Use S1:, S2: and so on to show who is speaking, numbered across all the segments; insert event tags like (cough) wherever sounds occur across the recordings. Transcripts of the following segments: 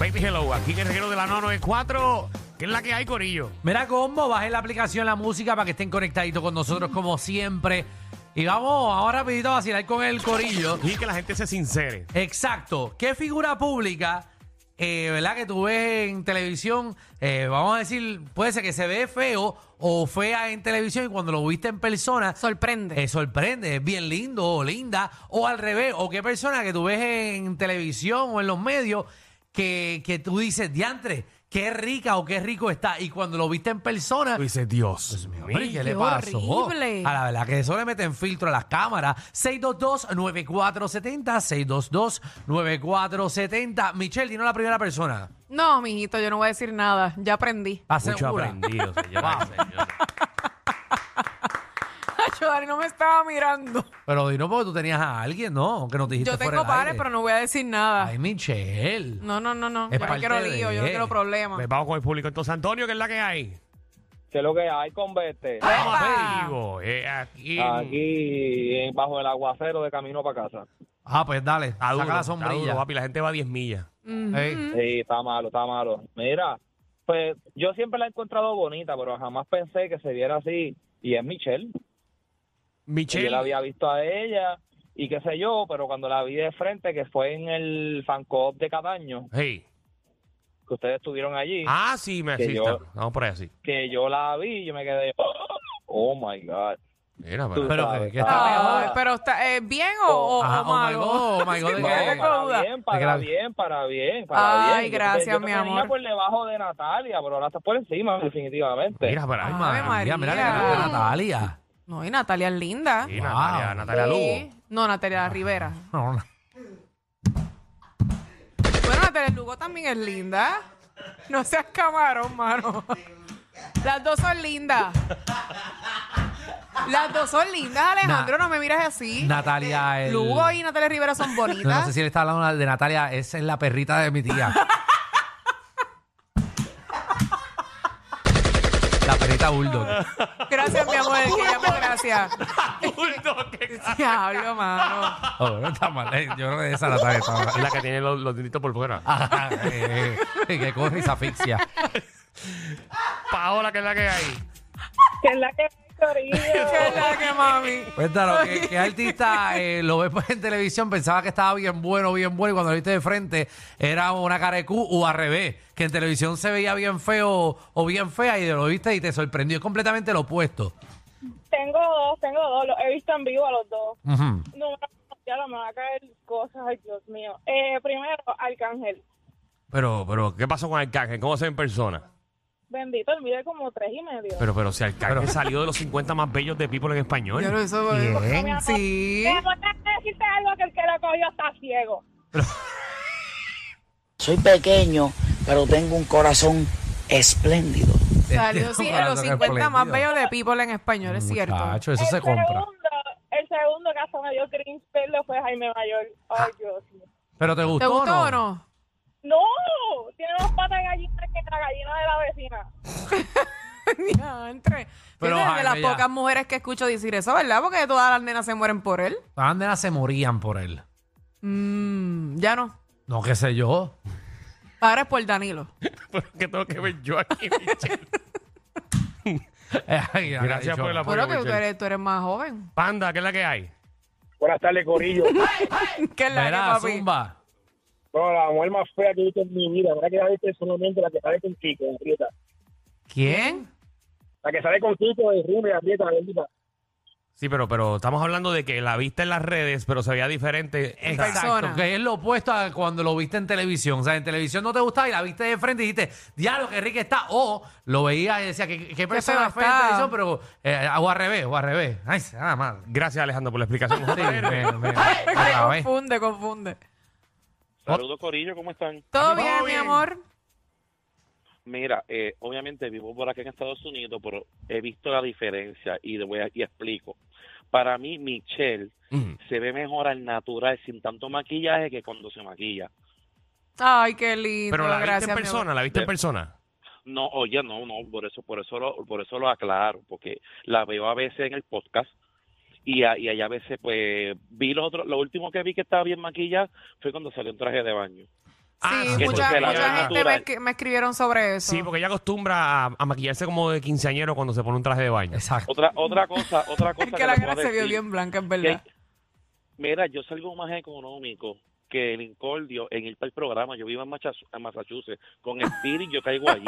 S1: Baby Hello, aquí en el reguero de la 994, que es la que hay, Corillo.
S2: Mira, Combo, bajen la aplicación La Música para que estén conectaditos con nosotros como siempre. Y vamos ahora rapidito a vacilar con el corillo.
S1: Y que la gente se sincere.
S2: Exacto. ¿Qué figura pública, eh, verdad, que tú ves en televisión, eh, vamos a decir, puede ser que se ve feo o fea en televisión y cuando lo viste en persona...
S3: Sorprende.
S2: eh, sorprende, es bien lindo o linda, o al revés, o qué persona que tú ves en televisión o en los medios que, que tú dices, diantre, qué rica o qué rico está, y cuando lo viste en persona,
S1: Tú dices, Dios.
S2: Hombre, ¿y ¿qué, le
S3: qué
S2: pasó?
S3: horrible.
S2: A la verdad que eso le meten filtro a las cámaras. 622-9470, 622-9470. Michelle, dino la primera persona.
S3: No, mijito, yo no voy a decir nada. Ya aprendí. (laughs)
S2: Hace
S1: Mucho aprendido, señora.
S3: Yo, Dani, no me estaba mirando.
S2: Pero dino porque tú tenías a alguien, ¿no? Que no te dijiste
S3: Yo
S2: fuera
S3: tengo
S2: del
S3: pares,
S2: aire.
S3: pero no voy a decir nada.
S2: Ay, Michelle.
S3: no, no, no, no.
S2: Es
S3: Yo no
S2: parte
S3: quiero
S2: de-
S3: lío, yo no quiero problemas.
S1: Pues vamos con el público. Entonces, Antonio, que es la que hay.
S4: ¿Qué es lo que hay con Vete?
S1: Vamos,
S3: ¡Epa!
S1: amigo. Eh, aquí.
S4: Aquí, eh, bajo el aguacero de camino para casa.
S2: Ah, pues dale,
S1: Está duro,
S2: saca la
S1: está duro,
S2: sombrilla.
S1: papi. La gente va a 10 millas.
S3: Ujú.
S2: Ey.
S4: Sí, está malo, está malo. Mira, pues yo siempre la he encontrado bonita, pero jamás pensé que se viera así. Y es Michelle. Y Yo la
S1: Michelle.
S4: había visto a ella y qué sé yo, pero cuando la vi de frente, que fue en el fan co-op de Cataño,
S1: Hey.
S4: que ustedes estuvieron allí,
S1: Ah, sí, me
S4: Que
S1: asista.
S4: yo-
S1: Vamos por ahí así.
S4: que yo la vi, yo me quedé, oh my God.
S1: Mira,
S4: Tú
S1: pero. eh,
S2: Pero
S4: sabes,
S2: que- que está
S3: Ay,
S4: mejor.
S3: Ah, pero está eh, bien o, o-
S2: Ajá,
S3: o
S2: oh my
S3: malo.
S2: God, oh my God,
S3: Sí,
S2: ¿de
S3: porque
S2: qué?
S4: No,
S3: tengo duda.
S4: para bien, para
S2: Te quedas-
S4: bien, para bien, para
S3: Ay,
S4: bien. Yo
S3: gracias,
S4: pensé- yo te
S3: mi
S4: tenía
S3: amor.
S4: por debajo de Natalia, pero ahora estás por encima, definitivamente.
S1: Mira, para
S2: Ay,
S1: ahí.
S2: María,
S3: María.
S2: mira que canta Natalia.
S3: No, y Natalia es linda.
S1: Sí,
S2: Wow.
S1: Natalia, Natalia
S3: Sí.
S1: Lugo.
S3: No, Natalia Rivera.
S2: No, no.
S3: Bueno, Natalia Lugo también es linda. No seas camarón, mano. Las dos son lindas. Las dos son lindas, Alejandro.
S2: Na-
S3: no me mires así. Eh,
S2: Natalia el...
S3: Lugo y Natalia Rivera son bonitas.
S2: No, no sé si le está hablando de Natalia, esa es la perrita de mi
S3: (laughs)
S2: tía. la perrita Bulldog.
S3: Gracias, mi amor. Que llame,
S5: (laughs)
S3: gracias.
S1: (laughs) Bulldog, que-
S3: Diablo, mano.
S2: Oh, no está mal. eh, Yo no de esa Natalia está mal. (laughs)
S1: Es la que tiene los, los deditos por fuera.
S2: Ajá, eh, eh, que corre y se asfixia.
S1: Paola, que es la que hay.
S5: Que es la que
S3: Qué la que mami.
S2: Cuéntalo, ¿qué, qué artista eh, lo ves en televisión? Pensaba que estaba bien bueno, bien bueno, y cuando lo viste de frente era una carecú o al revés, que en televisión se veía bien feo o bien fea y lo viste y te sorprendió. Es completamente lo opuesto.
S5: tengo dos, tengo dos, los he visto en vivo a los dos.
S2: Ujú.
S5: No, ya la me van a caer cosas, ay Dios mío. Eh, primero, Arcángel,
S1: Pero, pero, ¿qué pasó con Arcángel? ¿Cómo se ve en persona?
S5: bendito, él mide como tres y medio.
S1: Pero, pero, si Arcángel salió de los 50 más bellos de People en español.
S3: Yo lo hizo
S2: Bien.
S3: Sí.
S5: Me voy a decirte algo que el que lo cogió está ciego.
S6: Soy pequeño, pero tengo un corazón espléndido.
S2: (laughs)
S3: Salió
S2: Este,
S3: sí, en los
S2: Corazón
S3: 50 más
S2: espléndido.
S3: bellos de People en español, es cierto.
S2: Muchacho, eso
S5: el
S2: se compra.
S5: Segundo, el segundo que hasta me dio cringe verlo fue Jaime Mayor.
S2: Ah.
S5: Ay Dios mío.
S2: ¿Pero te gustó,
S3: ¿Te
S2: o no?
S3: gustó o no?
S5: No, tiene más patas de gallina que la gallina de la vecina.
S3: (laughs) Diantre.
S2: Pero,
S3: Fíjate, de las
S2: Jaime, ya.
S3: pocas mujeres que escucho decir eso, ¿verdad? Porque todas las nenas se mueren por él.
S2: Las nenas se morían por él.
S3: Mm, ya no.
S2: No, qué sé yo.
S3: (laughs)
S2: (laughs)
S3: Ahora es por Danilo.
S1: Pero, (laughs) ¿Qué tengo que ver yo aquí, Michelle?
S2: Ay, ya
S1: Gracias
S2: dicho.
S1: por el apoyo,
S3: Bueno, que tú
S1: Michelle.
S3: eres, tú eres más joven.
S1: Panda, ¿qué es la que hay?
S4: Buenas tardes, Corillo.
S3: (laughs) ¿Qué es la que,
S2: Verá,
S3: papi?
S2: Zumba.
S4: Bueno, la mujer más fea que he visto en mi vida, la verdad que la he visto solamente la que sale con Kiko, la prieta.
S2: ¿Quién?
S4: La que sale con Kiko es Rubio, la prieta, la bendita.
S1: Sí, pero, pero estamos hablando de que la viste en las redes, pero se veía diferente.
S2: Exacto,
S3: Persona.
S2: que es lo opuesto a cuando lo viste en televisión. O sea, en televisión no te gustaba y la viste de frente y dijiste, diablo, qué rica está. O lo veías y decía, qué, qué persona
S3: feo
S2: fue en
S3: está.
S2: televisión, pero eh, o al revés, o al revés. Ay, nada más.
S1: Gracias, Alejandro, por la explicación.
S2: Sí, me- me-
S3: (laughs)
S2: me-
S3: Ay,
S2: otra vez.
S3: confunde, confunde.
S2: Saludos,
S4: Corillo, ¿cómo están?
S3: ¿Todo
S1: Amigo,
S3: bien,
S1: ¿todo
S3: mi
S1: bien?
S3: amor?
S7: Mira, eh, obviamente vivo por acá en Estados Unidos, pero he visto la diferencia y, le voy a- y explico. Para mí, Michelle
S1: Ujú.
S7: se ve mejor al natural, sin tanto maquillaje que cuando se maquilla.
S3: Ay, qué lindo.
S1: Pero la
S3: gracias,
S1: viste en
S3: mi amor.
S1: persona, la viste en persona.
S7: No, oye, no, no, por eso, por eso, lo, por eso lo aclaro, porque la veo a veces en el podcast y, a- y allá a veces, pues, vi los otros, lo último que vi que estaba bien maquillada fue cuando salió en traje de baño.
S1: Ah,
S3: Sí,
S1: sí,
S3: mucha,
S7: porque la
S3: mucha
S7: veo
S3: gente me,
S7: natural.
S3: escri- me escribieron sobre eso.
S1: Sí, porque ella acostumbra a, a maquillarse como de quinceañero cuando se pone un traje de baño.
S2: Exacto.
S7: Otra, otra cosa, otra
S3: (laughs)
S7: cosa
S3: es que la
S7: les voy a
S3: cara se vio
S7: decir,
S3: bien blanca, es
S7: que-
S3: verdad.
S7: mira, yo salgo más económico que el incordio en ir para el programa. Yo vivo en Machachu- en Massachusetts. Con el y yo caigo allí.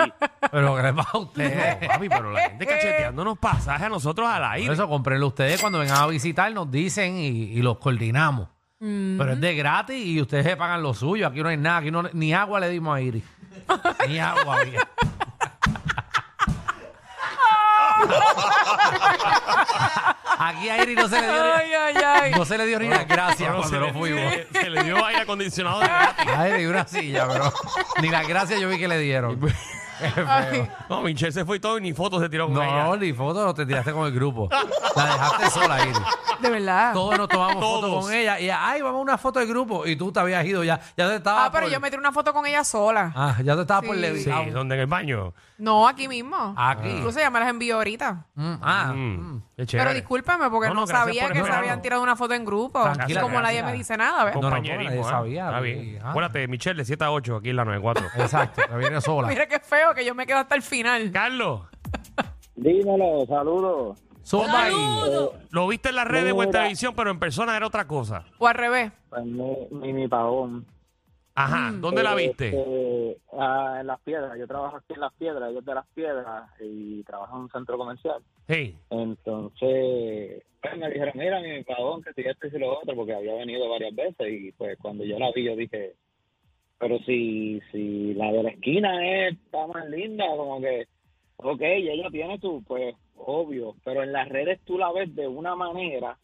S2: Pero ¿qué les pasa a ustedes?
S3: (laughs)
S1: No, papi, pero la gente cacheteándonos pasajes a nosotros al
S2: Por
S1: aire.
S2: eso comprenlo ustedes cuando vengan a visitar, nos dicen y, y los coordinamos. Pero es de gratis y ustedes se pagan lo suyo. Aquí no hay nada, aquí no, ni agua le dimos a Iris. Ni agua había. Aquí a Iris no se le dio,
S3: Ay, ay, ay.
S2: ni- no se le dio ni las gracias
S1: Pero
S2: cuando
S1: se,
S2: nos
S1: le-
S2: fuimos.
S1: se- se le dio aire acondicionado de gratis.
S2: A Iris una silla, bro. Ni las gracias yo vi que
S1: (laughs)
S2: le dieron.
S3: Ay.
S1: No, Michelle se fue y todo y ni fotos se tiró con ella.
S2: No, ni fotos no te tiraste con el grupo. La dejaste sola, Iris.
S3: De verdad.
S2: Todos nos tomamos fotos
S1: Todos.
S2: con ella. Y ella, ay, vamos a una foto del grupo. Y tú te habías ido ya. Ya te estabas
S3: Ah, pero
S2: por-
S3: yo me tiré una foto con ella sola.
S2: Ah, ya te estabas por Ah,
S1: Sí,
S3: Sí.
S2: levitado.
S1: donde en el baño.
S3: No, aquí mismo.
S2: Aquí.
S3: Incluso ya me las envió ahorita.
S2: Mm, ah,
S1: Mm,
S2: mm.
S1: qué
S3: Pero
S1: chévere.
S3: discúlpame porque
S1: No,
S3: no,
S1: no, gracias
S3: sabía
S1: por
S3: que se
S1: explicarnos.
S3: habían tirado una foto en grupo. Y
S2: Tranquila,
S3: como nadie
S2: tranquila.
S3: me dice nada, ¿ves?
S2: No, no,
S1: Compañerismo,
S2: nadie
S1: ¿eh?
S2: sabía,
S1: Está
S2: porque-
S1: bien.
S2: ah. Eh,
S1: Acuérdate, Michelle, de 7 a 8 aquí en la
S2: (laughs)
S1: 94.
S2: exacto. Me viene sola.
S3: Mira qué feo que yo me quedo hasta el final.
S1: Carlos,
S8: (laughs) Dímelo, saludos.
S2: Zumba ahí.
S1: lo viste en las redes o en
S8: Mira.
S1: televisión, pero en persona era otra cosa.
S3: O al revés.
S8: Pues mi, mi, mi pavón. Eh,
S1: Ajá, ¿dónde
S7: Mm.
S1: la
S7: Eh,
S1: viste?
S8: Este, ah, en Las Piedras. Yo trabajo aquí en Las Piedras. Yo de Las Piedras y trabajo en un centro comercial.
S1: Sí.
S8: Entonces, pues, me dijeron, mira, mi pavón, que si esto y si lo otro, porque había venido varias veces y pues cuando yo la vi, yo dije, pero si, si la de la esquina es, está más linda, como que, ok, y ella tiene tu, pues, obvio, pero en las redes tú la ves de una manera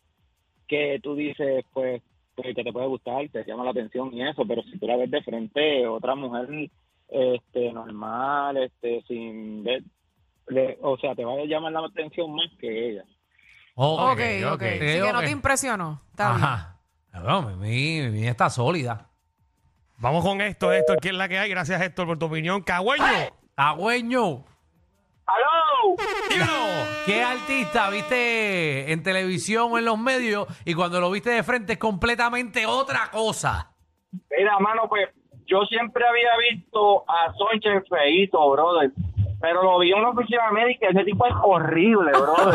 S8: que tú dices, pues, pues, que te puede gustar, te llama la atención y eso, pero si tú la ves de frente, otra mujer este normal, este sin ver, le- o sea, te va a llamar la atención más que ella.
S3: Ok,
S2: Ok,
S3: ok. Así
S1: ok. Sí,
S3: que no
S2: ok.
S3: te impresionó. Está bien.
S2: Ajá. No, mi, mi, mi está sólida.
S1: Vamos con esto, esto, ¿quién es la que hay? Gracias, Héctor, por tu opinión. ¡Cagüeño!
S2: Agüeño,
S8: ¡Aló!
S1: ¡Dímelo!
S2: ¿qué artista viste en televisión o en los medios y cuando lo viste de frente es completamente otra cosa?
S8: Mira, mano, pues yo siempre había visto a Sonche feito, brother. Pero lo vi en una oficina médica, ese tipo es horrible, brother.